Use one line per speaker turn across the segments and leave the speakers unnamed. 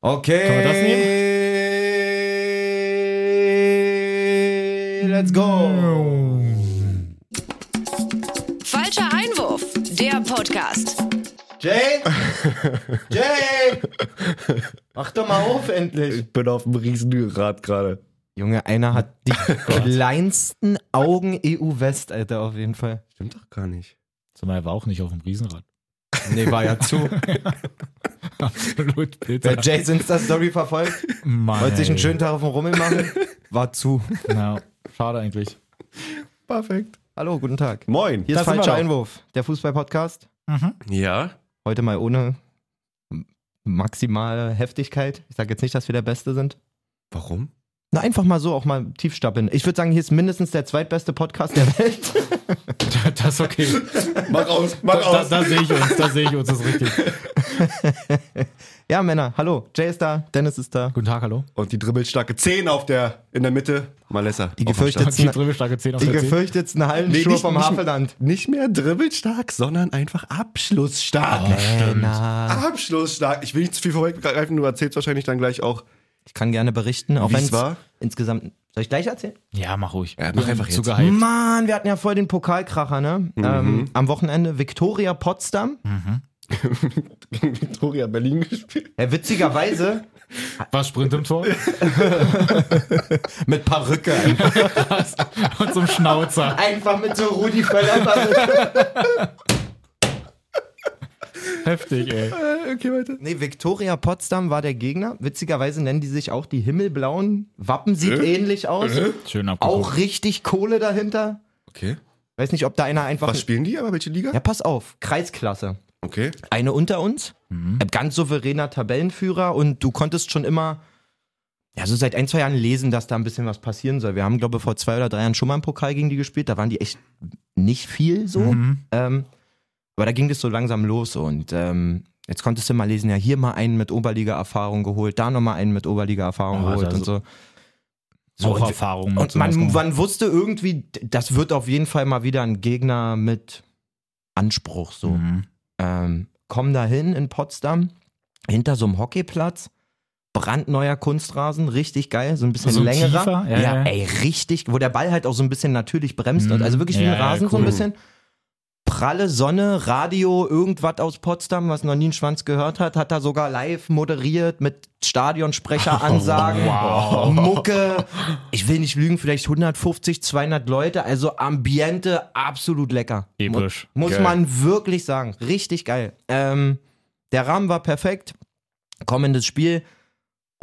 Okay.
Können wir das
nehmen? Let's go.
Falscher Einwurf, der Podcast.
Jane? Jane! Mach doch mal auf endlich.
Ich bin auf einem riesen Rad gerade.
Junge, einer hat die kleinsten Augen EU-West, Alter, auf jeden Fall.
Stimmt doch gar nicht.
Zumal er war auch nicht auf dem Riesenrad.
Nee, war ja zu.
Absolut bitter.
Wer Jays Insta-Story verfolgt,
Mann,
wollte sich einen
ey.
schönen Tag auf dem Rummel machen, war zu.
Ja, schade eigentlich.
Perfekt.
Hallo, guten Tag.
Moin.
Hier
Da
ist
sind wir
Falscher
doch.
Einwurf, der Fußball-Podcast.
Ja.
Heute mal ohne m- maximale Heftigkeit. Ich sage jetzt nicht, dass wir der Beste sind.
Warum?
Na, einfach mal so auch mal tief stapeln. Ich würde sagen, hier ist mindestens der zweitbeste Podcast der Welt.
Das ist okay.
Mach aus, mach
Da, da sehe ich uns, da sehe ich uns, das ist richtig.
ja, Männer, hallo. Jay ist da, Dennis ist da.
Guten Tag, hallo.
Und die dribbelstarke 10 auf der, in der Mitte. Malessa.
Die
Auf dem Start.
Die
gefürchtetsten,
Dribbelstarke 10 auf
die
der 10.
gefürchtetsten Hallenschuhe
Nee, nicht-
vom
nicht-
Havelland.
Nicht mehr dribbelstark, sondern einfach abschlussstark.
Männer.
Abschlussstark. Ich will nicht zu viel vorweggreifen, du erzählst wahrscheinlich dann gleich auch.
Ich kann gerne berichten, auch
Wie's
wenn es
war?
insgesamt. Soll ich gleich erzählen?
Ja, mach ruhig.
Ja, mach einfach
zu
jetzt. Mhm.
gehypt.
Mann, wir hatten ja voll den Pokalkracher, ne? Ähm, am Wochenende Viktoria Potsdam.
Gegen Victoria Berlin gespielt.
Ja, witzigerweise
War Sprint im Tor
mit Perücke einfach.
und zum Schnauzer.
Einfach mit so Rudi Völler.
Heftig, ey.
Äh, okay, weiter.
nee, Viktoria Potsdam war der Gegner. Witzigerweise nennen die sich auch die Himmelblauen. Wappen sieht ähnlich aus.
Schön abgeguckt.
Auch richtig Kohle dahinter.
Okay.
Weiß nicht, ob da einer einfach.
Was spielen die aber? Welche Liga?
ja, pass auf. Kreisklasse.
Okay.
Eine unter uns.
Mhm.
Ganz souveräner Tabellenführer. Und du konntest schon immer. Ja, so seit ein, zwei Jahren lesen, dass da ein bisschen was passieren soll. Wir haben, glaube ich, vor zwei oder drei Jahren schon mal im Pokal gegen die gespielt. Da waren die echt nicht viel so.
Mhm.
Ähm, aber da ging das so langsam los und ähm, jetzt konntest du mal lesen, ja, hier mal einen mit Oberliga-Erfahrung geholt, da nochmal einen mit Oberliga-Erfahrung
Ja,
geholt
also-
und so.
Auch
und-
Erfahrungen.
Und man, man wusste irgendwie, d- das wird auf jeden Fall mal wieder ein Gegner mit Anspruch so.
Mhm.
Ähm, komm da hin in Potsdam, hinter so einem Hockeyplatz, brandneuer Kunstrasen, richtig geil, so ein bisschen
So ein
längerer.
tiefer, ja, ja.
ey, richtig, wo der Ball halt auch so ein bisschen natürlich bremst und
Mhm.
also wirklich wie
Ja,
ein
ja,
Rasen so ein
cool.
bisschen. Pralle Sonne, Radio, irgendwas aus Potsdam, was noch nie ein Schwanz gehört hat, hat da sogar live moderiert mit Stadionsprecheransagen,
Oh, Wow.
Mucke, ich will nicht lügen, vielleicht 150, 200 Leute, also Ambiente absolut lecker.
Episch.
Muss
Geil.
man wirklich sagen. Richtig geil. Ähm, der Rahmen war perfekt. Kommendes Spiel.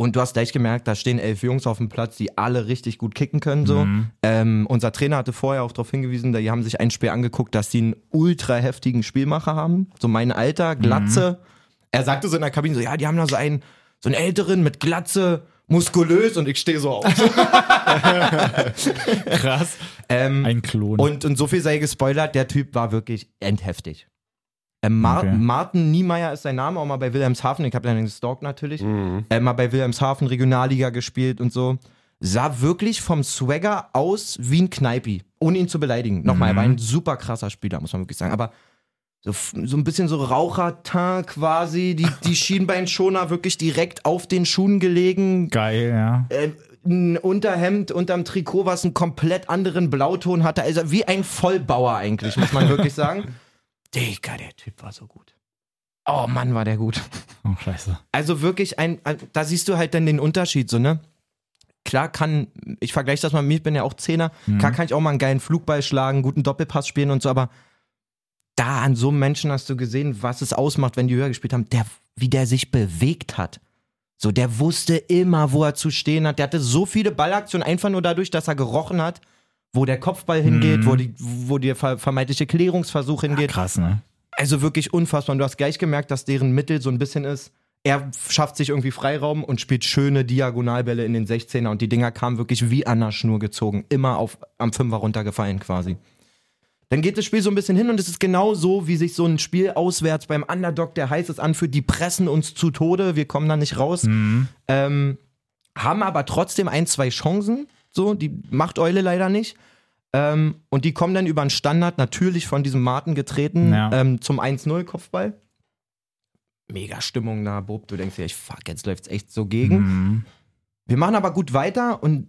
Und du hast gleich gemerkt, da stehen elf Jungs auf dem Platz, die alle richtig gut kicken können. So.
Mhm.
Ähm, unser Trainer hatte vorher auch darauf hingewiesen, die haben sich ein Spiel angeguckt, dass die einen ultra heftigen Spielmacher haben. So mein Alter, Glatze. Er sagte so in der Kabine so, ja, die haben da so einen, so einen Älteren mit Glatze, muskulös und ich stehe so auf.
Krass.
ähm,
Ein Klon.
Und, und so viel sei gespoilert, der Typ war wirklich entheftig. Ähm, Mar
Okay.
Martin Niemeyer ist sein Name, auch mal bei Wilhelmshaven, ich habe ja den gestalkt natürlich, äh, mal bei Wilhelmshaven Regionalliga gespielt und so. Sah wirklich vom Swagger aus wie ein Kneipi, ohne ihn zu beleidigen. Nochmal, er war ein super krasser Spieler, muss man wirklich sagen. Aber so, f- so ein bisschen so Rauchertin quasi, die, die Schienbeinschoner wirklich direkt auf den Schuhen gelegen,
Geil, ja.
äh, ein Unterhemd unterm Trikot, was einen komplett anderen Blauton hatte. Also wie ein Vollbauer eigentlich, muss man wirklich sagen. Digga, der Typ war so gut. Oh Mann, war der gut.
Oh, scheiße.
Also wirklich ein, ein da siehst du halt dann den Unterschied, so, ne? Klar kann, ich vergleiche das mal mit mir, ich bin ja auch Zehner, klar kann ich auch mal einen geilen Flugball schlagen, guten Doppelpass spielen und so, aber da an so einem Menschen hast du gesehen, was es ausmacht, wenn die höher gespielt haben, der, wie der sich bewegt hat. So, der wusste immer, wo er zu stehen hat. Der hatte so viele Ballaktionen, einfach nur dadurch, dass er gerochen hat, wo der Kopfball hingeht, wo, die, wo der ver- vermeintliche Klärungsversuch hingeht.
Krass, ne?
Also wirklich unfassbar. Und du hast gleich gemerkt, dass deren Mittel so ein bisschen ist, er schafft sich irgendwie Freiraum und spielt schöne Diagonalbälle in den 16er und die Dinger kamen wirklich wie an der Schnur gezogen. Immer auf, am Fünfer runtergefallen quasi. Dann geht das Spiel so ein bisschen hin und es ist genau so, wie sich so ein Spiel auswärts beim Underdog, der heiß ist, anfühlt. Die pressen uns zu Tode, wir kommen da nicht raus. Ähm, haben aber trotzdem ein, zwei Chancen. So, die macht Eule leider nicht. Ähm, und die kommen dann über einen Standard natürlich von diesem Martin getreten
Ja.
ähm, zum 1-0 Kopfball. mega Stimmung da, Bob. Du denkst dir, ich fuck, jetzt läuft's echt so gegen.
Mhm.
Wir machen aber gut weiter und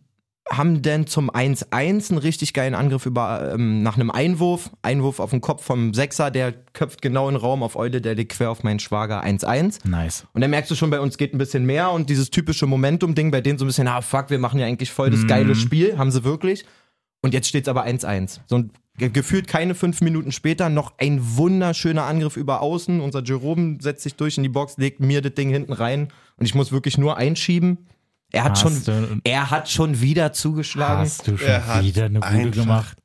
haben dann zum 1-1 einen richtig geilen Angriff über, ähm, nach einem Einwurf. Einwurf auf den Kopf vom Sechser, der köpft genau in den Raum auf Eule, der liegt quer auf meinen Schwager 1-1.
Nice.
Und dann merkst du schon, bei uns geht ein bisschen mehr und dieses typische Momentum-Ding, bei denen so ein bisschen, ah fuck, wir machen ja eigentlich voll das
Mhm.
geile Spiel, haben sie wirklich. Und jetzt steht's aber 1-1. So ein, ge- gefühlt keine fünf Minuten später noch ein wunderschöner Angriff über außen. Unser Jerome setzt sich durch in die Box, legt mir das Ding hinten rein und ich muss wirklich nur einschieben. Er hat schon
hast du,
er hat schon wieder zugeschlagen.
hast du
Er
schon
hat
wieder eine Bude
einfach-
gemacht?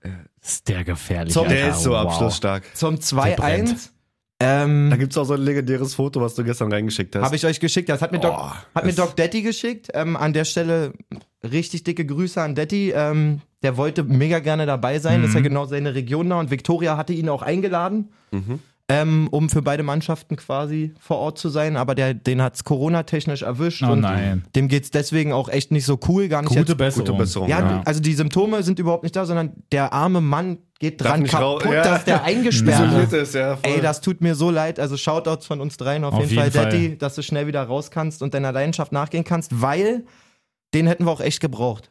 Ist der gefährlich.
Zum-
Alter.
Der
Der ist so
wow.
abschlussstark.
Zum
Der brennt.
2-1
Da
ähm,
gibt es auch so ein legendäres Foto, was du gestern reingeschickt hast.
habe ich euch geschickt. Das hat mir Doc,
Oh,
hat mir
das-
Doc Detti geschickt. Ähm, an der Stelle richtig dicke Grüße an Detti. Ähm, der wollte mega gerne dabei sein. Das ist ja genau seine Region da. Und Victoria hatte ihn auch eingeladen, ähm, um für beide Mannschaften quasi vor Ort zu sein. Aber der, den hat es Corona-technisch erwischt.
Oh
und
nein.
Dem geht es deswegen auch echt nicht so cool. Gar nicht
Gute
jetzt-
Besserung.
Gute Besserung.
Ja,
Ja.
also die Symptome sind überhaupt nicht da, sondern der arme Mann geht
Darf
dran
nicht rau-
kaputt,
Ja.
dass der eingesperrt
Isoliert
ist.
ist, ja. voll.
Ey, das tut mir so leid. Also Shoutouts von uns dreien auf,
Auf
jeden,
jeden
Fall,
Fall.
Daddy, dass du schnell wieder raus kannst und deiner Leidenschaft nachgehen kannst, weil den hätten wir auch echt gebraucht.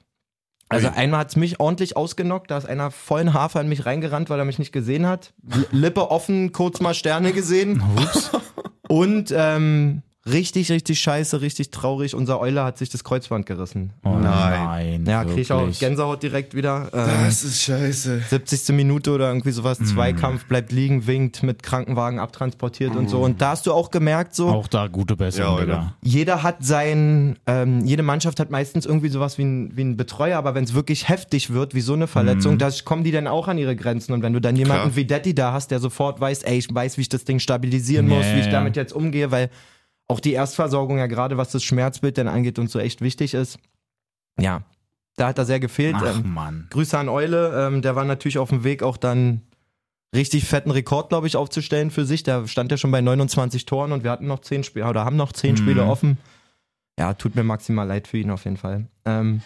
Also einmal hat's mich ordentlich ausgenockt, da ist einer vollen Hafer in mich reingerannt, weil er mich nicht gesehen hat. L- Lippe offen, kurz mal Sterne gesehen
Ups.
und ähm, richtig, richtig scheiße, richtig traurig. Unser Euler hat sich das Kreuzband gerissen.
Oh
Nein.
nein.
Ja, krieg ich auch
wirklich.
Gänsehaut direkt wieder. Ähm,
das ist scheiße.
70. Minute oder irgendwie sowas,
Mhm.
Zweikampf, bleibt liegen, winkt, mit Krankenwagen abtransportiert und so. Und da hast du auch gemerkt, so,
Mhm. Auch da gute Besserung,
Ja, oder?
Digga.
jeder hat sein, ähm, jede Mannschaft hat meistens irgendwie sowas wie ein, wie ein Betreuer, aber wenn es wirklich heftig wird, wie so eine
Mhm.
Verletzung, da kommen die dann auch an ihre Grenzen. Und wenn du dann jemanden
Klar.
wie Detti da hast, der sofort weiß, ey, ich weiß, wie ich das Ding stabilisieren
Ja,
muss, wie ich
ja,
damit
ja.
jetzt umgehe, weil auch die Erstversorgung ja gerade, was das Schmerzbild denn angeht und so echt wichtig ist. Ja, da hat er sehr gefehlt.
Ach,
ähm,
Mann.
Grüße an Eule, ähm, der war natürlich auf dem Weg auch dann richtig fetten Rekord, glaube ich, aufzustellen für sich. Da stand ja schon bei 29 Toren und wir hatten noch 10 Spiele oder haben noch 10
Mhm.
Spiele offen. Ja, tut mir maximal leid für ihn auf jeden Fall. Ähm,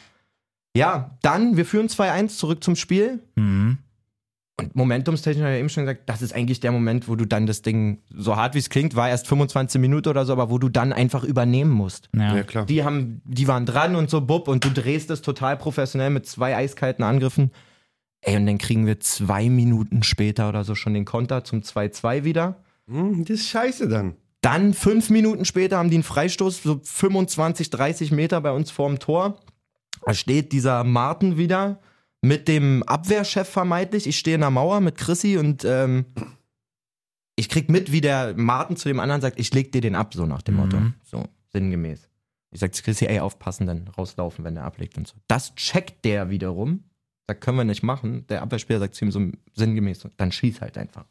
ja, dann, wir führen 2-1 zurück zum Spiel.
Mhm.
Und momentumstechnisch habe ich ja eben schon gesagt, das ist eigentlich der Moment, wo du dann das Ding, so hart wie es klingt, war erst 25 Minuten oder so, aber wo du dann einfach übernehmen musst.
Ja.
Ja, klar.
Die haben, die waren dran und so, bub, und du drehst es total professionell mit zwei eiskalten Angriffen. Ey, und dann kriegen wir zwei Minuten später oder so schon den Konter zum 2-2 wieder.
Hm, das ist scheiße dann.
Dann fünf Minuten später haben die einen Freistoß, so 25, 30 Meter bei uns vorm Tor. Da steht dieser Martin wieder mit dem Abwehrchef vermeintlich. Ich stehe in der Mauer mit Chrissy und ähm, ich krieg mit, wie der Martin zu dem anderen sagt, ich leg dir den ab, so nach dem
Mhm.
Motto. So, sinngemäß. Ich sag zu Chrissy, ey, aufpassen, dann rauslaufen, wenn der ablegt und so. Das checkt der wiederum. Das können wir nicht machen. Der Abwehrspieler sagt zu ihm so sinngemäß, so, dann schieß halt einfach.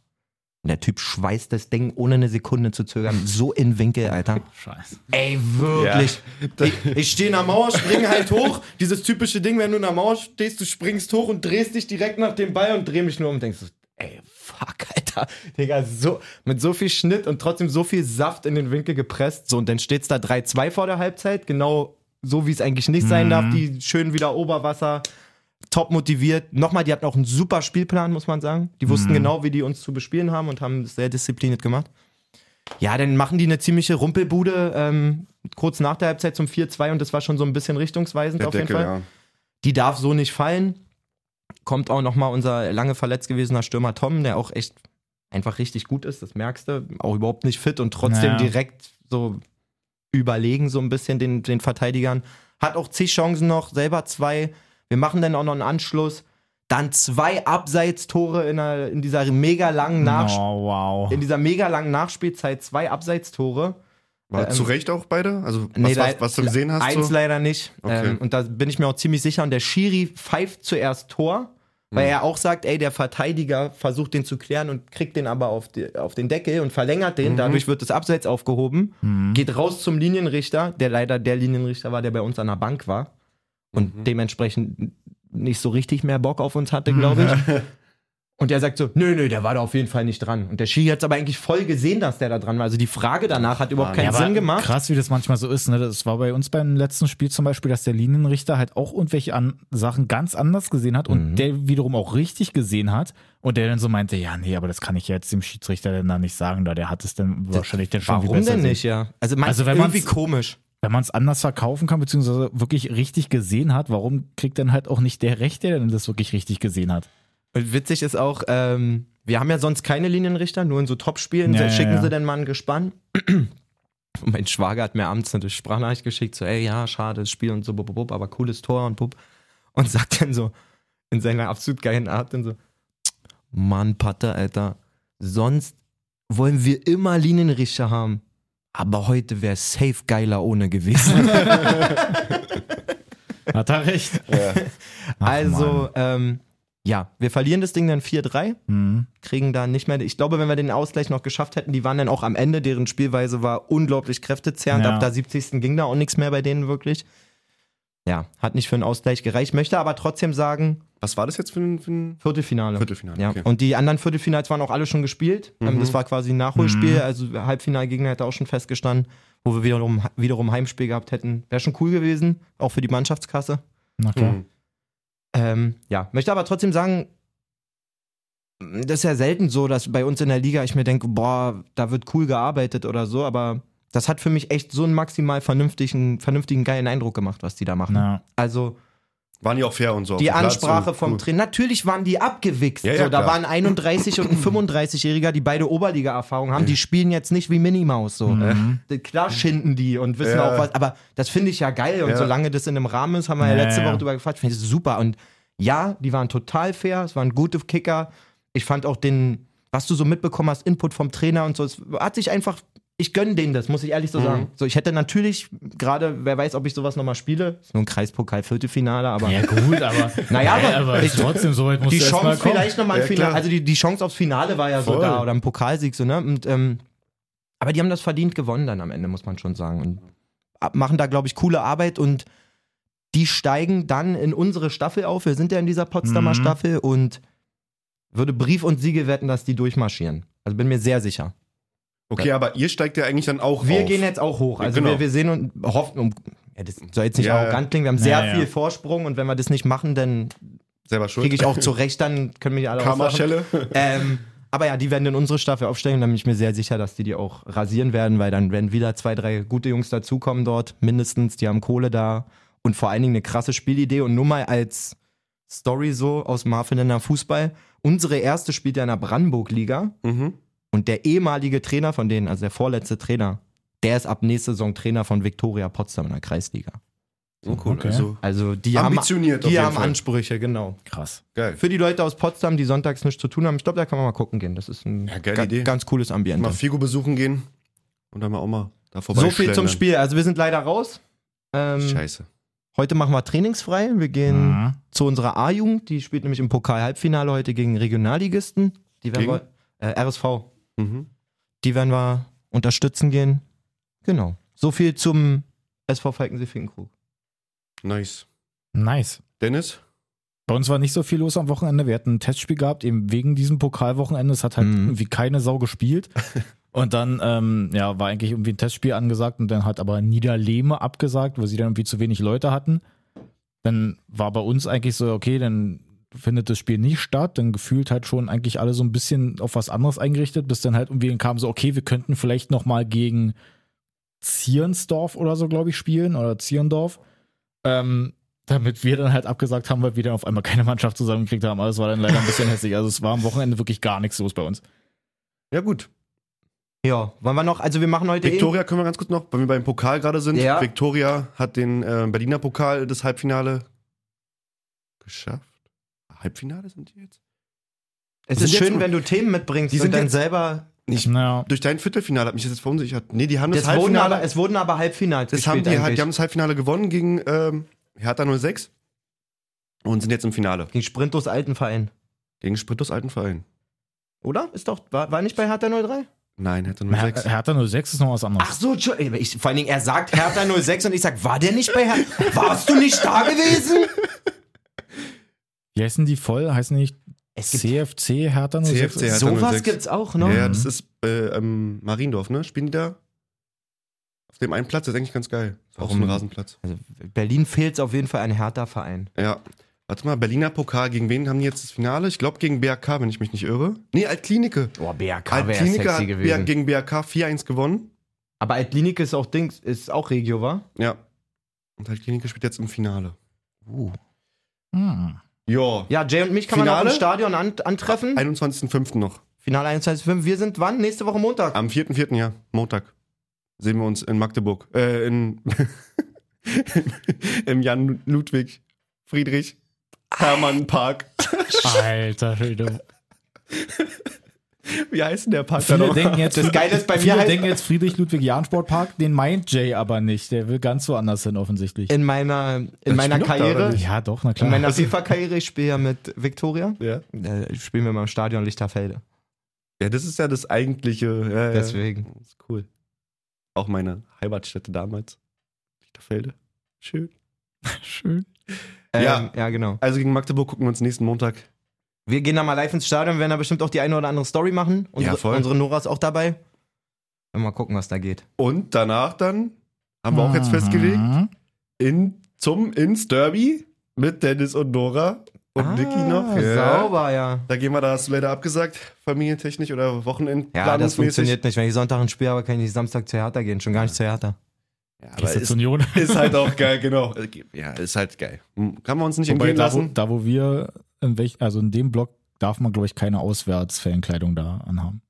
Und der Typ schweißt das Ding, ohne eine Sekunde zu zögern, so in Winkel, Alter.
Scheiße.
Ey, wirklich. Ich, ich stehe in der Mauer, springe halt hoch. Dieses typische Ding, wenn du in der Mauer stehst, du springst hoch und drehst dich direkt nach dem Ball und dreh mich nur um und denkst, so, ey, fuck, Alter. Digga, so, mit so viel Schnitt und trotzdem so viel Saft in den Winkel gepresst. So, und dann steht's da 3-2 vor der Halbzeit. Genau so, wie es eigentlich nicht sein darf. Die schön wieder Oberwasser. Top motiviert. Nochmal, die hatten auch einen super Spielplan, muss man sagen. Die wussten genau, wie die uns zu bespielen haben und haben es sehr diszipliniert gemacht. Ja, dann machen die eine ziemliche Rumpelbude ähm, kurz nach der Halbzeit zum 4-2 und das war schon so ein bisschen richtungsweisend
Der
auf
Deckel,
jeden Fall.
ja.
Die darf so nicht fallen. Kommt auch nochmal unser lange verletzt gewesener Stürmer Tom, der auch echt einfach richtig gut ist, das merkst du. Auch überhaupt nicht fit und trotzdem
Naja.
direkt so überlegen, so ein bisschen den, den Verteidigern. Hat auch zig Chancen noch, selber zwei. Wir machen dann auch noch einen Anschluss. Dann zwei Abseitstore in, einer, in dieser mega langen Nachspielzeit
Oh, wow.
in dieser mega langen Nachspielzeit zwei Abseitstore.
War
Ähm,
zu Recht auch beide? Also, was,
Nee,
was,
le-
was du gesehen hast?
Eins
So?
leider nicht.
Okay.
Ähm, und da bin ich mir auch ziemlich sicher. Und der Schiri pfeift zuerst Tor, weil
Mhm.
er auch sagt, ey, der Verteidiger versucht den zu klären und kriegt den aber auf, die, auf den Deckel und verlängert
Mhm.
den. Dadurch wird das Abseits aufgehoben, geht raus zum Linienrichter, der leider der Linienrichter war, der bei uns an der Bank war
Mhm.
und dementsprechend nicht so richtig mehr Bock auf uns hatte, glaube ich. Und er sagt so, nö, nö, der war da auf jeden Fall nicht dran. Und der Schiri hat es aber eigentlich voll gesehen, dass der da dran war. Also die Frage danach hat überhaupt
Ja,
keinen
aber
Sinn gemacht.
Krass, wie das manchmal so ist. Ne? Das war bei uns beim letzten Spiel zum Beispiel, dass der Linienrichter halt auch irgendwelche an Sachen ganz anders gesehen hat
Mhm.
und der wiederum auch richtig gesehen hat. Und der dann so meinte, ja, nee, aber das kann ich ja jetzt dem Schiedsrichter denn da nicht sagen, da der hat es dann wahrscheinlich dann schon viel
Warum
besser
denn
sehen.
nicht, ja? Also, man,
Also
also
wenn
wenn
man's-
irgendwie komisch.
Wenn man es anders verkaufen kann, beziehungsweise wirklich richtig gesehen hat, warum kriegt dann halt auch nicht der Recht, der denn das wirklich richtig gesehen hat?
Und witzig ist auch, ähm, wir haben ja sonst keine Linienrichter, nur in so Topspielen
Ja,
so,
ja,
schicken
ja.
sie dann mal ein Gespann. Und mein Schwager hat mir abends eine Sprachnachricht geschickt, so, ey, ja, schade, das Spiel und so, bub, bub, bub, aber cooles Tor und bub. Und sagt dann so, in seiner absolut geilen Art, dann so, Mann, Patte, Alter, sonst wollen wir immer Linienrichter haben, aber heute wäre safe geiler ohne gewesen.
Hat er recht. Ach,
also, ähm, ja, wir verlieren das Ding dann 4-3.
Mann.
kriegen da nicht mehr. Ich glaube, wenn wir den Ausgleich noch geschafft hätten, die waren dann auch am Ende, deren Spielweise war unglaublich kräftezehrend.
Ja.
Ab der 70. ging da auch nichts mehr bei denen wirklich. Ja, hat nicht für einen Ausgleich gereicht. Möchte aber trotzdem sagen,
Was war das jetzt für ein, für ein
Viertelfinale.
Viertelfinale?
Ja,
okay.
und die anderen Viertelfinals waren auch alle schon gespielt. Ähm, Das war quasi ein Nachholspiel. Also Halbfinalgegner hätte auch schon festgestanden, wo wir wiederum, wiederum Heimspiel gehabt hätten. Wäre schon cool gewesen, auch für die Mannschaftskasse.
Na klar.
hm.
Mhm.
Ähm, ja, möchte aber trotzdem sagen, das ist ja selten so, dass bei uns in der Liga ich mir denke, boah, da wird cool gearbeitet oder so, aber das hat für mich echt so einen maximal vernünftigen, vernünftigen, geilen Eindruck gemacht, was die da machen.
Na,
Also
Waren die auch fair und so. auf
die
dem Platz Also,
Ansprache
und-
vom
cool.
Trainer, natürlich waren die abgewichst.
Ja, ja,
so, da
klar.
waren 31 und ein 35-Jähriger, die beide Oberliga-Erfahrung haben, die spielen jetzt nicht wie Minimaus so. Äh,
Mhm.
Klar schinden die und wissen
Ja.
auch was, aber das finde ich ja geil und
Ja.
solange das in einem Rahmen ist, haben wir ja
Ja,
letzte
ja.
Woche drüber gefragt, finde ich das super und ja, die waren total fair, es waren gute Kicker. Ich fand auch den, was du so mitbekommen hast, Input vom Trainer und so, es hat sich einfach, ich gönne denen das, muss ich ehrlich
Mhm.
so sagen. So, ich hätte natürlich gerade, wer weiß, ob ich sowas nochmal spiele, ist nur ein Kreispokal-Viertelfinale, aber
Ja, gut, aber.
Naja, aber-
Nein, aber ist trotzdem, so weit musst
die
du erst mal
Chance
kommen.
vielleicht nochmal ein
Ja,
Finale,
klar.
also die, die Chance aufs Finale war ja so
Voll.
da oder ein Pokalsieg so, ne? Und, ähm, aber die haben das verdient gewonnen dann am Ende, muss man schon sagen. Und ab- machen da, glaube ich, coole Arbeit und die steigen dann in unsere Staffel auf. Wir sind ja in dieser Potsdamer
Mhm.
Staffel und würde Brief und Siegel wetten, dass die durchmarschieren. Also bin mir sehr sicher.
Okay, aber ihr steigt ja eigentlich dann auch
Wir
auf.
gehen jetzt auch hoch.
Ja,
Also
genau.
wir, wir sehen und hoffen, um, ja, das soll jetzt nicht
Ja,
arrogant klingen, wir haben
Ja,
sehr
ja.
viel Vorsprung und wenn wir das nicht machen, dann
Selber schuld.
kriege ich auch zurecht, dann können wir die alle auslachen.
Karma-Schelle.
Ähm, aber ja, die werden in unsere Staffel aufstellen. Da bin ich mir sehr sicher, dass die die auch rasieren werden, weil dann werden wieder zwei, drei gute Jungs dazukommen dort, mindestens. Die haben Kohle da und vor allen Dingen eine krasse Spielidee. Und nur mal als Story so aus Marfinener Fußball. Unsere erste spielt ja in der Brandenburg-Liga.
Mhm.
Und der ehemalige Trainer von denen, also der vorletzte Trainer, der ist ab nächster Saison Trainer von Viktoria Potsdam in der Kreisliga.
So cool.
Okay.
Also,
Also die haben,
ambitioniert auf
die
jeden
haben
Fall.
Ansprüche, genau.
Krass.
Geil.
Für die Leute aus Potsdam, die sonntags nichts zu tun haben, ich glaube, da kann man mal gucken gehen. Das ist ein
Ja, geile
ga
Idee.
ganz cooles
Mal
Ambiente.
Figo besuchen gehen und dann mal auch mal da vorbei
So viel zum
schlendern.
Spiel. Also wir sind leider raus. Ähm,
Scheiße.
heute machen wir trainingsfrei. Wir gehen
Mhm.
zu unserer A-Jugend. Die spielt nämlich im Pokal-Halbfinale heute gegen Regionalligisten. Die werden
Gegen?
wir, äh, RSV.
Mhm.
Die werden wir unterstützen gehen. Genau. So viel zum SV Falkensee-Finkenkrug.
Nice.
Nice.
Dennis?
Bei uns war nicht so viel los am Wochenende. Wir hatten ein Testspiel gehabt, eben wegen diesem Pokalwochenende. Es hat halt
Mhm.
irgendwie keine Sau gespielt. Und dann ähm, ja, war eigentlich irgendwie ein Testspiel angesagt und dann hat aber Niederlehme abgesagt, weil sie dann irgendwie zu wenig Leute hatten. Dann war bei uns eigentlich so, okay, dann findet das Spiel nicht statt. Dann gefühlt halt schon eigentlich alle so ein bisschen auf was anderes eingerichtet, bis dann halt irgendwie dann kam so, okay, wir könnten vielleicht nochmal gegen Zierensdorf oder so, glaube ich, spielen oder Zierendorf. Ähm, damit wir dann halt abgesagt haben, weil wir dann auf einmal keine Mannschaft zusammengekriegt haben. Aber es war dann leider ein bisschen hässlich. Also es war am Wochenende wirklich gar nichts los bei uns.
Ja, gut.
Ja, wollen wir noch? Also wir machen heute
Viktoria können wir ganz kurz noch, weil wir beim Pokal gerade sind.
Ja.
Viktoria hat den äh, Berliner Pokal das Halbfinale geschafft. Halbfinale sind die jetzt?
eh, Es
sind
ist
jetzt-
schön, wenn du Themen mitbringst
Die
die
sind
sind und dann
jetzt-
selber.
Nicht.
Naja.
Durch dein Viertelfinale hat mich das jetzt verunsichert. Nee, die haben das,
Das wurden
Halbfinale.
aber, es wurden aber Halbfinals.
das haben
gespielt
die, halt, die
eigentlich.
haben das Halbfinale gewonnen gegen ähm, Hertha 06 und sind jetzt im Finale
gegen Sprintos alten Verein.
gegen Sprittus alten Verein.
Oder? Ist doch, war, war nicht bei Hertha 03?
Nein, Hertha
Her
06.
Hertha 06 ist noch was anderes.
Ach so, Entschu- ey, ich, vor allen Dingen, er sagt Hertha 06 und ich sag, war der nicht bei Hertha? Warst du nicht da gewesen?
Wie heißen die voll? Heißen die nicht
Es gibt
CFC Hertha 06.
CFC Hertha.
sowas
06.
gibt's auch ne? noch. Mhm.
Ja, ja, das ist äh, ähm, Mariendorf, ne? Spielen die da? Auf dem einen Platz, das ist eigentlich ganz geil. Ist auch
Auf
so ein
dem-
Rasenplatz.
Also Berlin fehlt auf jeden Fall ein härter Verein.
Ja. Warte mal, Berliner Pokal, gegen wen haben die jetzt das Finale? Ich glaube gegen BRK, wenn ich mich nicht irre. Nee, Altklinike.
Boah, BRK wäre
Altklinike
sexy
hat
gewesen.
BR- gegen BRK 4-1 gewonnen.
Aber Altlinike ist auch Dings, ist auch Regio, wa?
Ja. Und Altklinike spielt jetzt im Finale.
Uh.
Hm.
Ja.
Ja, Jay und mich kann man auch
Finale?
im Stadion an, antreffen.
21.05. noch.
Finale 125. Wir sind wann? Nächste Woche Montag.
Am 4.4., ja, Montag. Sehen wir uns in Magdeburg. Äh, in. Im Jan Ludwig Friedrich Hermann Park.
Alter Schwede.
Wie heißt denn der Park da
Viele
nochmal?
denken jetzt,
Das Geile ist, bei mir halt-
viele
heißt-
denken jetzt Friedrich-Ludwig-Jahn-Sportpark, den meint Jay aber nicht. Der will ganz woanders hin, offensichtlich.
In meiner, in
Das
meiner
spielt da, oder
Karriere,
nicht?
Ja, doch, na
Äh, in meiner
klar.
FIFA-Karriere, ich spiele ja mit Viktoria.
Ja.
Äh, spielen wir mal im Stadion Lichterfelde.
ja, das ist ja das eigentliche. äh, Ja,
Deswegen.
Ja. Das ist cool. Auch meine Heimatstätte damals. Lichterfelde. Schön.
Schön.
Ähm,
Ja.
ja. genau.
Also gegen Magdeburg gucken wir uns nächsten Montag.
Wir gehen da mal live ins Stadion, werden da bestimmt auch die eine oder andere Story machen. Unsere,
Ja, voll.
unsere Nora ist auch dabei. Mal gucken, was da geht.
Und danach dann, haben wir auch jetzt festgelegt,
Ah.
Mhm.
in, zum ins Derby mit Dennis und Nora und
ah,
Niki noch.
Sauber, ja.
Da gehen wir, da hast du leider abgesagt, familientechnisch oder wochenendplanungsmäßig.
Ja, das funktioniert nicht. Wenn ich Sonntag ein Spiel habe, kann ich nicht Samstag zu Hertha gehen. Schon gar nicht zu Hertha.
Ja,
Aber
aber
ist,
ist,
Union.
ist halt auch geil, genau. Ja, ist halt geil. Kann man uns nicht
Wobei,
entgehen
da, wo,
lassen.
da, wo wir, in welch, also in dem Block, darf man, glaube ich, keine Auswärtsfankleidung da anhaben.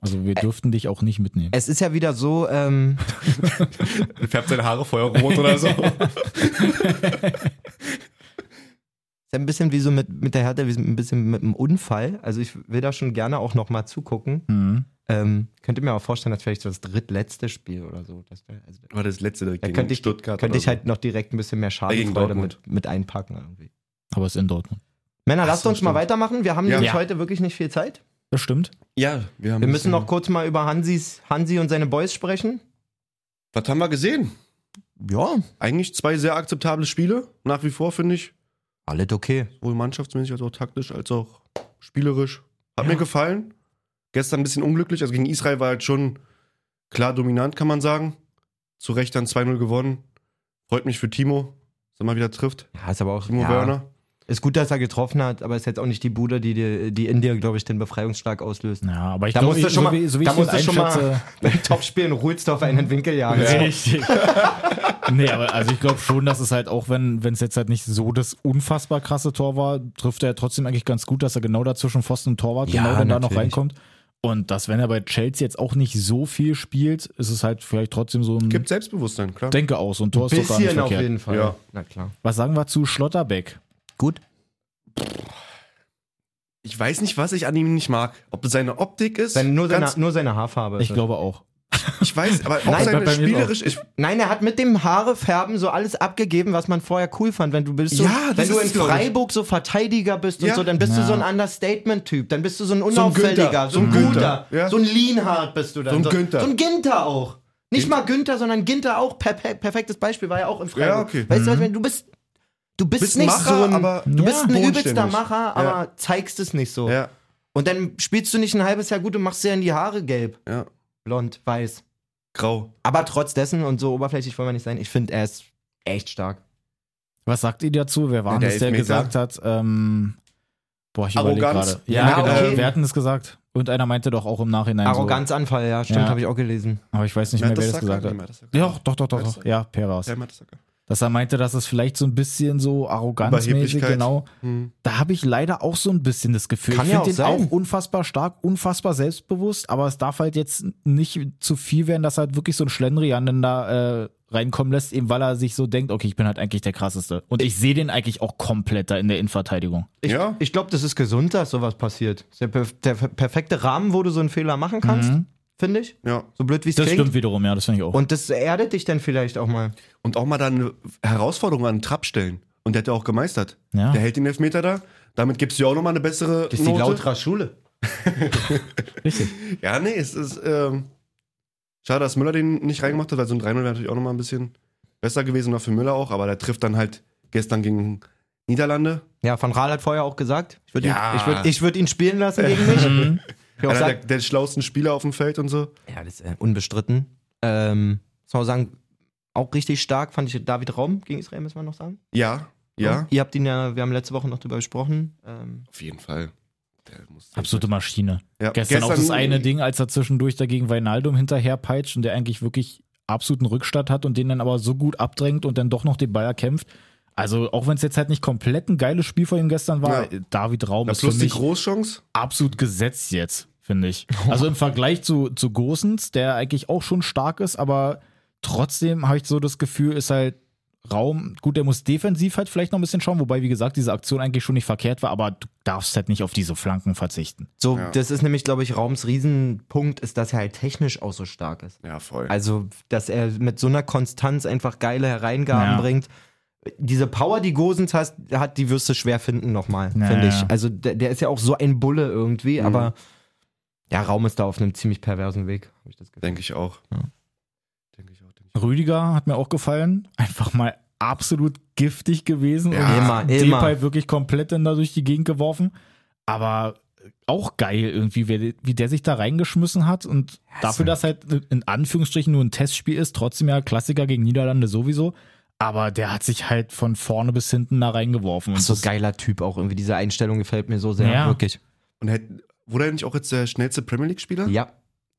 Also wir dürften dich auch nicht mitnehmen.
Es ist ja wieder so, ähm,
Färbt seine Haare feuerrot oder so.
ist ja ein bisschen wie so mit, mit der Hertha, wie so ein bisschen mit einem Unfall. Also ich will da schon gerne auch nochmal zugucken.
Mhm.
Ähm, könnt ihr mir aber vorstellen, dass vielleicht so das drittletzte Spiel oder so. Das wär, also,
War das letzte direkt
da
gegen
könnte ich,
Stuttgart.
könnte
oder
ich halt noch direkt ein bisschen mehr
Gegen
Schadenfreude
Dortmund.
mit, mit einpacken. Irgendwie.
Aber es ist in Dortmund.
Männer,
Ach
lasst
so,
uns mal
stimmt.
weitermachen. Wir haben
Ja.
nämlich
Ja.
heute wirklich nicht viel Zeit.
Das stimmt.
So. Ja, wir haben.
Wir
ein
müssen
bisschen-
noch kurz mal über Hansis, Hansi und seine Boys sprechen.
Was haben wir gesehen?
Ja,
Eigentlich zwei sehr akzeptable Spiele, nach wie vor, finde ich.
alles okay.
Sowohl mannschaftsmäßig als auch taktisch, als auch spielerisch. Hat mir gefallen. Gestern ein bisschen unglücklich. Also gegen Israel war halt schon klar dominant, kann man sagen. Zu Recht dann 2-0 gewonnen. Freut mich für Timo, dass er mal wieder trifft.
Ja, ist aber auch.
Timo
ja.
Werner.
Ist gut, dass er getroffen hat, aber ist jetzt auch nicht die Bude, die, dir- die in dir, glaube ich, den Befreiungsschlag auslöst.
Ja, aber ich
Da
glaube,
musst du
ich-
schon mal-
so wie, so wie
da
ich ihn
musst du schon mal- Also
einschätze,
Beim Topspiel in Ruhlsdorf einen Winkel jagen.
Richtig. nee, aber also ich glaube schon, dass es halt auch, wenn wenn es jetzt halt nicht so das unfassbar krasse Tor war, trifft er ja trotzdem eigentlich ganz gut, dass er genau dazwischen Pfosten und Torwart
Ja,
genau dann da noch
natürlich.
reinkommt. Und dass, wenn er bei Chelsea jetzt auch nicht so viel spielt, ist es halt vielleicht trotzdem so ein
Gibt Selbstbewusstsein, klar.
Denke aus und Tor ist doch gar nicht
Bisschen auf
verkehrt.
jeden Fall.
Ja.
Na klar.
Was sagen wir zu Schlotterbeck?
Gut.
Ich weiß nicht, was ich an ihm nicht mag. Ob es seine Optik ist.
Sein, nur, seine,
ganz-
nur seine Haarfarbe. ist
Ich
es.
glaube auch.
Ich weiß, aber auch
Nein,
seine
bei mir
spielerisch. Ich,
Nein, er hat mit dem Haarefärben so alles abgegeben, was man vorher cool fand. Wenn du bist so,
Ja, das
wenn du
ist
in
es, glaub ich.
Freiburg so Verteidiger bist und
Ja.
so, dann bist du
Ja.
so ein Understatement-Typ. Dann bist du so ein unauffälliger,
Günther.
so ein,
So ein
guter,
Günther, ja.
so ein Leanhard bist du dann.
So ein Günther.
So ein Günther auch. Nicht mal Günther, sondern Günther auch. Perfe perfektes Beispiel war ja auch in Freiburg.
Ja, okay. Mhm.
Weißt du was, wenn du bist, du bist,
Bist
nicht
Macher,
so ein,
aber
du bist ein
bodenständig.
übelster Macher,
Ja.
aber zeigst es nicht so.
ja,
Und dann spielst du nicht ein halbes Jahr gut und machst dir in die Haare gelb,
ja.
blond, weiß.
Grau.
Aber trotz dessen und so oberflächlich wollen wir nicht sein, ich finde, er ist echt stark.
Was sagt ihr dazu? Wer war
Ja,
denn
der
das, der
Elfmeter.
gesagt hat, ähm, boah, ich überlege
Arroganz.
gerade. Ja,
Ja,
genau.
okay.
Wer hat denn das gesagt? Und einer meinte doch auch im Nachhinein
Arroganzanfall, ja, stimmt,
Ja.
habe ich auch gelesen.
so. Aber ich weiß nicht mehr, wer das gesagt hat. Ja, doch, doch, doch, doch. doch. Ja, Peras.
Ja, Mertesacker.
Dass er meinte, dass es vielleicht so ein bisschen so arroganzmäßig,
Überheblichkeit.
genau.
Hm.
Da habe ich leider auch so ein bisschen das Gefühl.
Kann
ich
ja
finde
auch
den
sein.
auch unfassbar stark, unfassbar selbstbewusst, aber es darf halt jetzt nicht zu viel werden, dass er halt wirklich so ein Schlendrian dann da äh, reinkommen lässt, eben weil er sich so denkt, okay, ich bin halt eigentlich der krasseste. Und ich sehe den eigentlich auch komplett da in der Innenverteidigung.
Ich,
Ja.
ich glaube, das ist gesund, dass sowas passiert. Der, perf- der per- perfekte Rahmen, wo du so einen Fehler machen kannst, finde ich.
Ja.
So blöd wie es
Mhm. Das stimmt
klingt.
wiederum, ja, das finde ich auch.
Und das erdet dich dann vielleicht auch mal.
Und auch mal da eine Herausforderung an den Trab stellen. Und der hat ja auch gemeistert.
Ja.
Der hält den Elfmeter da. Damit gibst du ja auch nochmal eine bessere
Das ist die
Note.
lauterer Schule.
Richtig.
Ja, nee, es ist ähm, schade, dass Müller den nicht reingemacht hat, weil so ein 3-0 wäre natürlich auch nochmal ein bisschen besser gewesen, oder für Müller auch, aber der trifft dann halt gestern gegen Niederlande.
Ja, Van Raal hat vorher auch gesagt, ich würde
Ja.
ihn, ich würd, ich würd ihn spielen lassen gegen mich.
Mhm.
Ich auch
Einer der,
sag,
der schlauesten Spieler auf dem Feld und so.
ja, das ist äh, unbestritten. Ähm, muss man auch sagen, auch richtig stark fand ich David Raum gegen Israel, müssen wir noch sagen.
Ja, ja.
Ihr habt ihn ja, wir haben letzte Woche noch drüber gesprochen. Ähm,
Auf jeden Fall. Der muss-
Absolute Maschine.
Ja.
Gestern, auch das eine Ding, als er zwischendurch dagegen Weinaldum hinterherpeitscht und der eigentlich wirklich absoluten Rückstand hat und den dann aber so gut abdrängt und dann doch noch den Ball erkämpft. Also, auch wenn es jetzt halt nicht komplett ein geiles Spiel von ihm gestern war, äh,
Ja.
David Raum
Na,
ist für
plus die
mich
Großchance.
absolut gesetzt jetzt, finde ich. Also im Vergleich zu, zu Gosens, der eigentlich auch schon stark ist, aber trotzdem habe ich so das Gefühl, ist halt Raum, gut, der muss defensiv halt vielleicht noch ein bisschen schauen, wobei, wie gesagt, diese Aktion eigentlich schon nicht verkehrt war, aber du darfst halt nicht auf diese Flanken verzichten.
so,
Ja.
das ist nämlich, glaube ich, Raums Riesenpunkt ist, dass er halt technisch auch so stark ist.
Ja, voll.
Also, dass er mit so einer Konstanz einfach geile Hereingaben
Ja.
bringt. Diese Power, die Gosens hat, hat, die wirst du schwer finden nochmal,
Ja,
finde
ja.
ich. Also, der, der ist ja auch so ein Bulle irgendwie,
Mhm.
aber ja, Raum ist da auf einem ziemlich perversen Weg, habe ich das Gefühl.
Denke ich auch.
Ja.
Denke ich auch. Denk ich auch.
Rüdiger hat mir auch gefallen, einfach mal absolut giftig gewesen
Ja.
Immer, immer.
Depay wirklich komplett dann da durch die Gegend geworfen, aber äh, auch geil irgendwie, wer- wie der sich da reingeschmissen hat und dafür, dass halt in Anführungsstrichen nur ein Testspiel ist, trotzdem ja Klassiker gegen Niederlande sowieso, aber der hat sich halt von vorne bis hinten da reingeworfen.
Ach,
und
so
das-
geiler Typ auch irgendwie. Diese Einstellung gefällt mir so sehr,
Ja.
wirklich.
Und hätte, wurde er nicht auch jetzt der schnellste Premier League-Spieler?
Ja.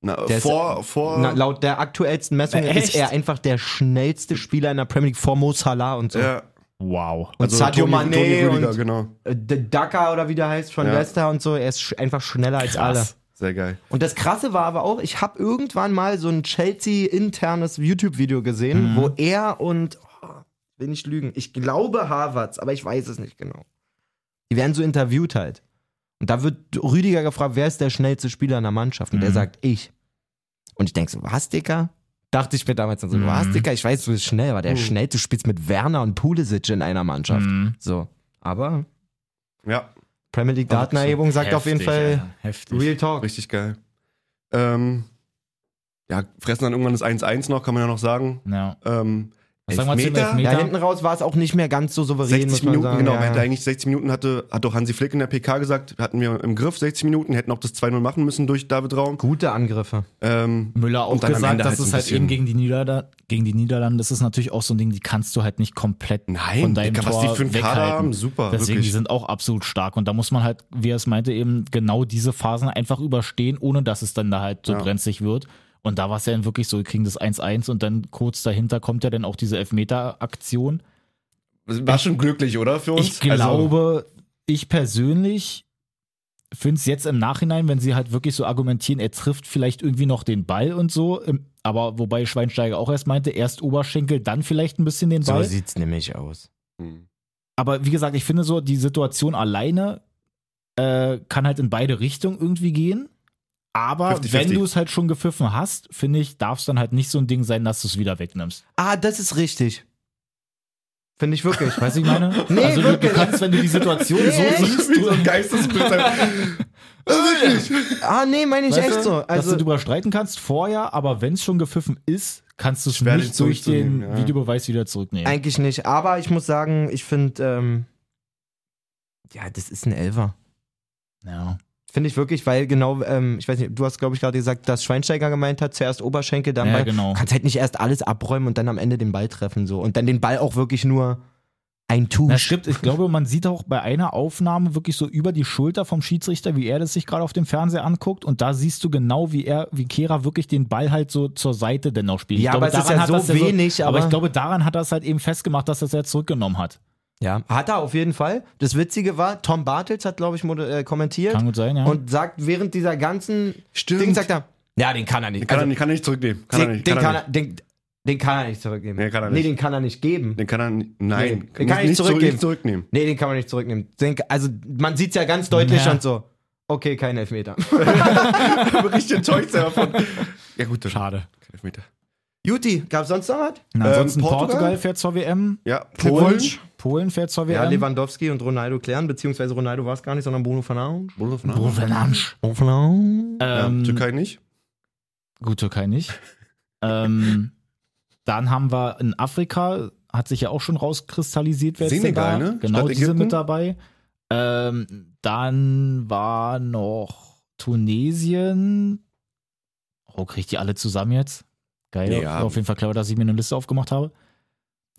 Na,
Der ist-
vor, vor.
Na, laut der aktuellsten Messung
Echt?
ist er einfach der schnellste Spieler in der Premier League vor Mo Salah und so.
ja, also
Wow.
Und Sadio
Toni-
Mané
Toni Rüdiger,
und-
genau.
Äh, D- Daka oder wie der heißt von
Ja.
Leicester und so, er ist sch einfach schneller als alle.
Sehr geil.
Und das Krasse war aber auch, ich habe irgendwann mal so ein Chelsea-internes YouTube-Video gesehen,
Mhm.
wo er und, oh, will nicht lügen, ich glaube Harvards, aber ich weiß es nicht genau. Die werden so interviewt halt. Und da wird Rüdiger gefragt, wer ist der schnellste Spieler in der Mannschaft? Und er
Mhm.
sagt, ich. Und ich denke so, was, Dicker? Dachte ich mir damals dann so,
Mhm.
was, Dicker? Ich weiß, du bist schnell, aber der schnell, du spielst mit Werner und Pulisic in einer Mannschaft.
Mhm.
So, aber
Ja,
Premier League Datenerhebung sagt auf jeden
Heftig,
Fall
Alter. heftig.
Real Talk.
richtig geil. Ähm, ja, fressen dann irgendwann das 1-1 noch, kann man ja noch sagen.
Ja.
Ähm,
Was sagen wir zu den
Elfmeter?
Elfmetern?
Ja, hinten raus war es auch nicht mehr ganz so souverän.
60
muss man
Minuten,
sagen.
genau.
ja,
man hätte
ja.
eigentlich 60 Minuten hatte, hat doch Hansi Flick in der PK gesagt, hatten wir im Griff 60 Minuten, hätten auch das 2-0 machen müssen durch David Raum.
Gute Angriffe.
Ähm,
Müller auch
Und dann am
gesagt,
Ende
dass
halt
es
ein
halt
bisschen-
eben gegen die, Niederlande, gegen die Niederlande, das ist natürlich auch so ein Ding, die kannst du halt nicht komplett
nein,
von deinem
Digga,
Tor
was die für einen
weghalten.
Kader haben, super.
Deswegen, die
wirklich.
sind auch absolut stark und da muss man halt, wie er es meinte, eben genau diese Phasen einfach überstehen, ohne dass es dann da halt so
Ja.
brenzlig wird. Und da war es ja dann wirklich so, wir kriegen das 1-1 und dann kurz dahinter kommt ja dann auch diese Elfmeter-Aktion.
War schon glücklich, oder? Für uns? Also,
Ich glaube, ich persönlich finde es jetzt im Nachhinein, wenn sie halt wirklich so argumentieren, er trifft vielleicht irgendwie noch den Ball und so, im- aber wobei Schweinsteiger auch erst meinte, erst Oberschenkel, dann vielleicht ein bisschen den Ball.
sieht's nämlich aus.
Also,
aber wie gesagt, ich finde so, die Situation alleine äh, kann halt in beide Richtungen irgendwie gehen. Aber
50-50.
wenn du es halt schon gepfiffen hast, finde ich, darf es dann halt nicht so ein Ding sein, dass du es wieder wegnimmst.
Ah, das ist richtig. Finde ich wirklich.
Weißt du, ich meine?
Nee,
also du, du
wirklich.
kannst, wenn du die Situation so
Nee,
siehst,
wie so ein Geistesblitz.
Oh
Also,
ah, nee, meine ich
Weißt
echt
du,
so.
dass du
Also,
drüber streiten kannst vorher, aber wenn es schon gepfiffen ist, kannst du es
Schwer, den
nicht durch den
zurückzunehmen, ja.
Videobeweis wieder zurücknehmen.
eigentlich nicht. Aber ich muss sagen, ich finde, ähm, ja, das ist ein Elfer.
ja.
Finde ich wirklich, weil genau, ähm, ich weiß nicht, du hast, glaube ich, gerade gesagt, dass Schweinsteiger gemeint hat, zuerst Oberschenkel, dann
ja,
Ball.
genau.
Du kannst halt nicht erst alles abräumen und dann am Ende den Ball treffen so. Und dann den Ball auch wirklich nur ein
Na,
Tusch.
stimmt, ich glaube, man sieht auch bei einer Aufnahme wirklich so über die Schulter vom Schiedsrichter, wie er das sich gerade auf dem Fernseher anguckt. Und da siehst du genau, wie er, wie Kehra wirklich den Ball halt so zur Seite denn noch spielt. Ich
Ja,
glaube,
aber es ist
daran
ja
hat
so
das
wenig,
aber,
aber-
ich glaube, daran hat er es halt eben festgemacht, dass das er zurückgenommen hat.
Ja, hat er auf jeden Fall. Das Witzige war, Tom Bartels hat, glaube ich, moder- äh, kommentiert
Kann gut sein, ja.
und sagt während dieser ganzen
Stimmt.
Ding, sagt er, ja, den kann er nicht.
Kann, er
Also,
nicht, kann er nicht zurücknehmen. Kann
den,
er nicht.
den,
Kann
kann
er
er, den, den kann er nicht zurückgeben.
Nee, kann er
Nee,
nicht.
den kann er nicht geben.
nicht. Den kann er nicht. Nein,
Nee, den kann er nicht
zurück-
zurückgeben.
zurücknehmen.
Nee, den kann man nicht zurücknehmen. Den, also man sieht es ja ganz deutlich
Ja.
und so. Okay, kein Elfmeter.
Ich bin richtig enttäuscht davon. Ja, gut, dann.
Schade.
Kein Elfmeter.
Juti, gab's sonst noch was?
Na, ansonsten
Portugal?
Portugal? fährt zur WM.
Ja, Polen.
Polen, Polen fährt zur
Ja,
WM.
Lewandowski und Ronaldo klären, beziehungsweise Ronaldo war es gar nicht, sondern Bruno Fernandes.
Polen.
Bruno Fernandes.
Bruno Fernandes.
Ja,
Ähm,
Türkei nicht.
Gut, Türkei nicht. ähm, dann haben wir in Afrika, hat sich ja auch schon rauskristallisiert, wer
Senegal,
jetzt denn war.
ne?
Genau,
Statt
die sind
Ägypten.
mit dabei. Ähm, dann war noch Tunesien. Oh, krieg ich die alle zusammen jetzt? Geil.
Ja.
Auf jeden Fall clever, dass ich mir eine Liste aufgemacht habe.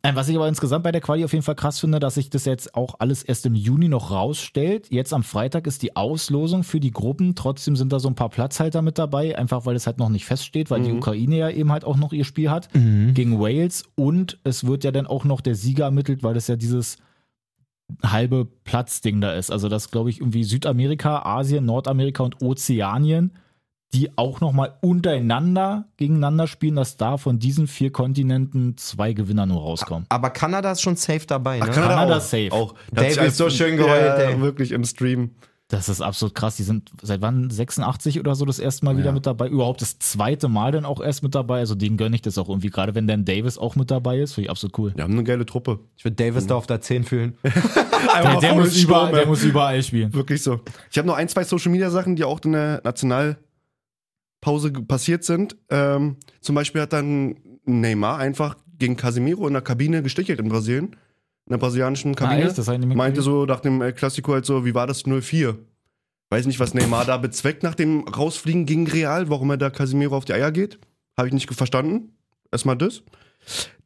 Ähm, Was ich aber insgesamt bei der Quali auf jeden Fall krass finde, dass sich das jetzt auch alles erst im Juni noch rausstellt. Jetzt am Freitag ist die Auslosung für die Gruppen. Trotzdem sind da so ein paar Platzhalter mit dabei, einfach weil es halt noch nicht feststeht, weil die
Mhm.
Ukraine ja eben halt auch noch ihr Spiel hat
Mhm.
gegen Wales und es wird ja dann auch noch der Sieger ermittelt, weil das ja dieses halbe Platzding da ist. Also das glaube ich irgendwie Südamerika, Asien, Nordamerika und Ozeanien, die auch noch mal untereinander gegeneinander spielen, dass da von diesen vier Kontinenten zwei Gewinner nur rauskommen.
Aber Kanada ist schon safe dabei, ne?
Ach,
Kanada
auch.
safe.
Auch. Da
Dave
hat sich als-
ist so schön geheult,
ja,
ey.
Wirklich im Stream.
Das ist absolut krass. Die sind seit wann 86 oder so das erste Mal wieder mit dabei. Überhaupt das zweite Mal dann auch erst mit dabei. Also denen gönne ich das auch irgendwie. Gerade wenn Dan Davis auch mit dabei ist, finde ich absolut cool.
Wir haben eine geile Truppe.
Ich würde Davis da auf der 10 fühlen.
Der,
Einfach
der,
voll
muss
Sturm,
überall,
ey.
der muss überall spielen.
Wirklich so. Ich habe noch ein, zwei Social Media Sachen, die auch in der Nationalpause ge- passiert sind. Ähm, zum Beispiel hat dann Neymar einfach gegen Casemiro in der Kabine gestichelt in Brasilien. In der brasilianischen Kabine.
echt? Das hab ich nicht mitgekriegt.
Meinte so nach dem Klassiko halt so, wie war das 04? Weiß nicht, was Neymar da bezweckt nach dem Rausfliegen gegen Real, warum er da Casemiro auf die Eier geht. Habe ich nicht verstanden. Erstmal das.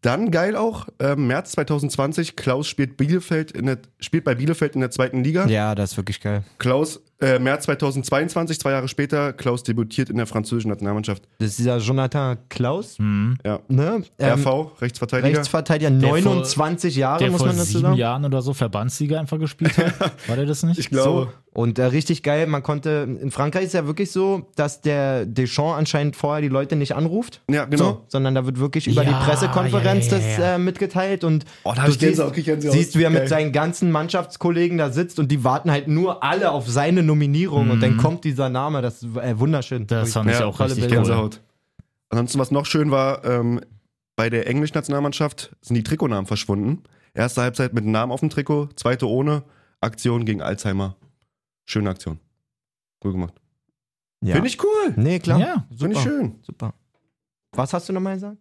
Dann geil auch, ähm, März 2020, Klaus spielt, Bielefeld in der, spielt bei Bielefeld in der zweiten Liga.
Ja, das ist wirklich geil.
Klaus, äh, März 2022, zwei Jahre später, Klaus debütiert in der französischen Nationalmannschaft.
Das ist dieser Jonathan Klaus,
Mhm.
Ja.
ne? Ähm,
RV, Rechtsverteidiger.
Rechtsverteidiger,
vor-
29 Jahre,
der
muss
vor
man dazu
sieben
sagen.
Jahren oder so Verbandsliga einfach gespielt hat. War der das nicht?
ich glaube.
Und äh, richtig geil, man konnte, in Frankreich ist ja wirklich so, dass der Deschamps anscheinend vorher die Leute nicht anruft.
Ja, genau.
So, sondern da wird wirklich über
Ja,
die Pressekonferenz
ja, ja, ja,
das
ja.
äh, mitgeteilt und
Oh, da hab
du
ich Gänsehaut,
siehst,
krieg ich Gänsehaut.
siehst, wie er
Geil.
mit seinen ganzen Mannschaftskollegen da sitzt und die warten halt nur alle auf seine Nominierung und dann kommt dieser Name, das ist äh, wunderschön.
Das fand ich auch
tolle
richtig
Bilder.
cool.
Gänsehaut. Ansonsten, was noch schön war, ähm, bei der englischen Nationalmannschaft sind die Trikotnamen verschwunden. Erste Halbzeit mit einem Namen auf dem Trikot, zweite ohne. Aktion gegen Alzheimer. Schöne Aktion. Cool gemacht.
ja.
Finde ich cool.
Nee, klar.
Ja,
Finde ich schön.
Super. Was hast du nochmal gesagt?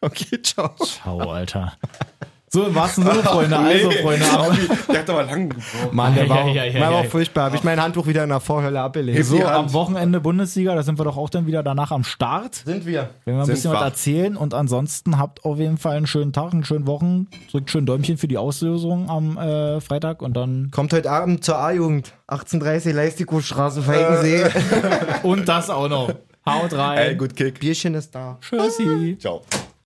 Okay, ciao.
Ciao, Alter. So im wahrsten Sinne, Freunde. Also, Freunde. aber-
Der hat aber lang gebraucht.
Mann, der
Ei,
war,
ei,
auch,
ei, ei,
der war
ei.
auch furchtbar. Habe ich mein Handtuch wieder in der Vorhölle abgelegt.
Heb
So,
die Hand.
am Wochenende Bundesliga, da sind wir doch auch dann wieder danach am Start.
Sind wir.
Wenn wir ein
Sind
bisschen was
wach.
erzählen und ansonsten habt auf jeden Fall einen schönen Tag, einen schönen Wochen. Drückt schön Däumchen für die Auslösung am äh, Freitag und dann.
Kommt heute Abend zur A-Jugend. 18.30 Leistikow-Straße, Feigensee.
Und das auch noch. Haut rein. Ähm,
Ey, good kick.
Bierchen ist da.
Tschüssi.
Ciao.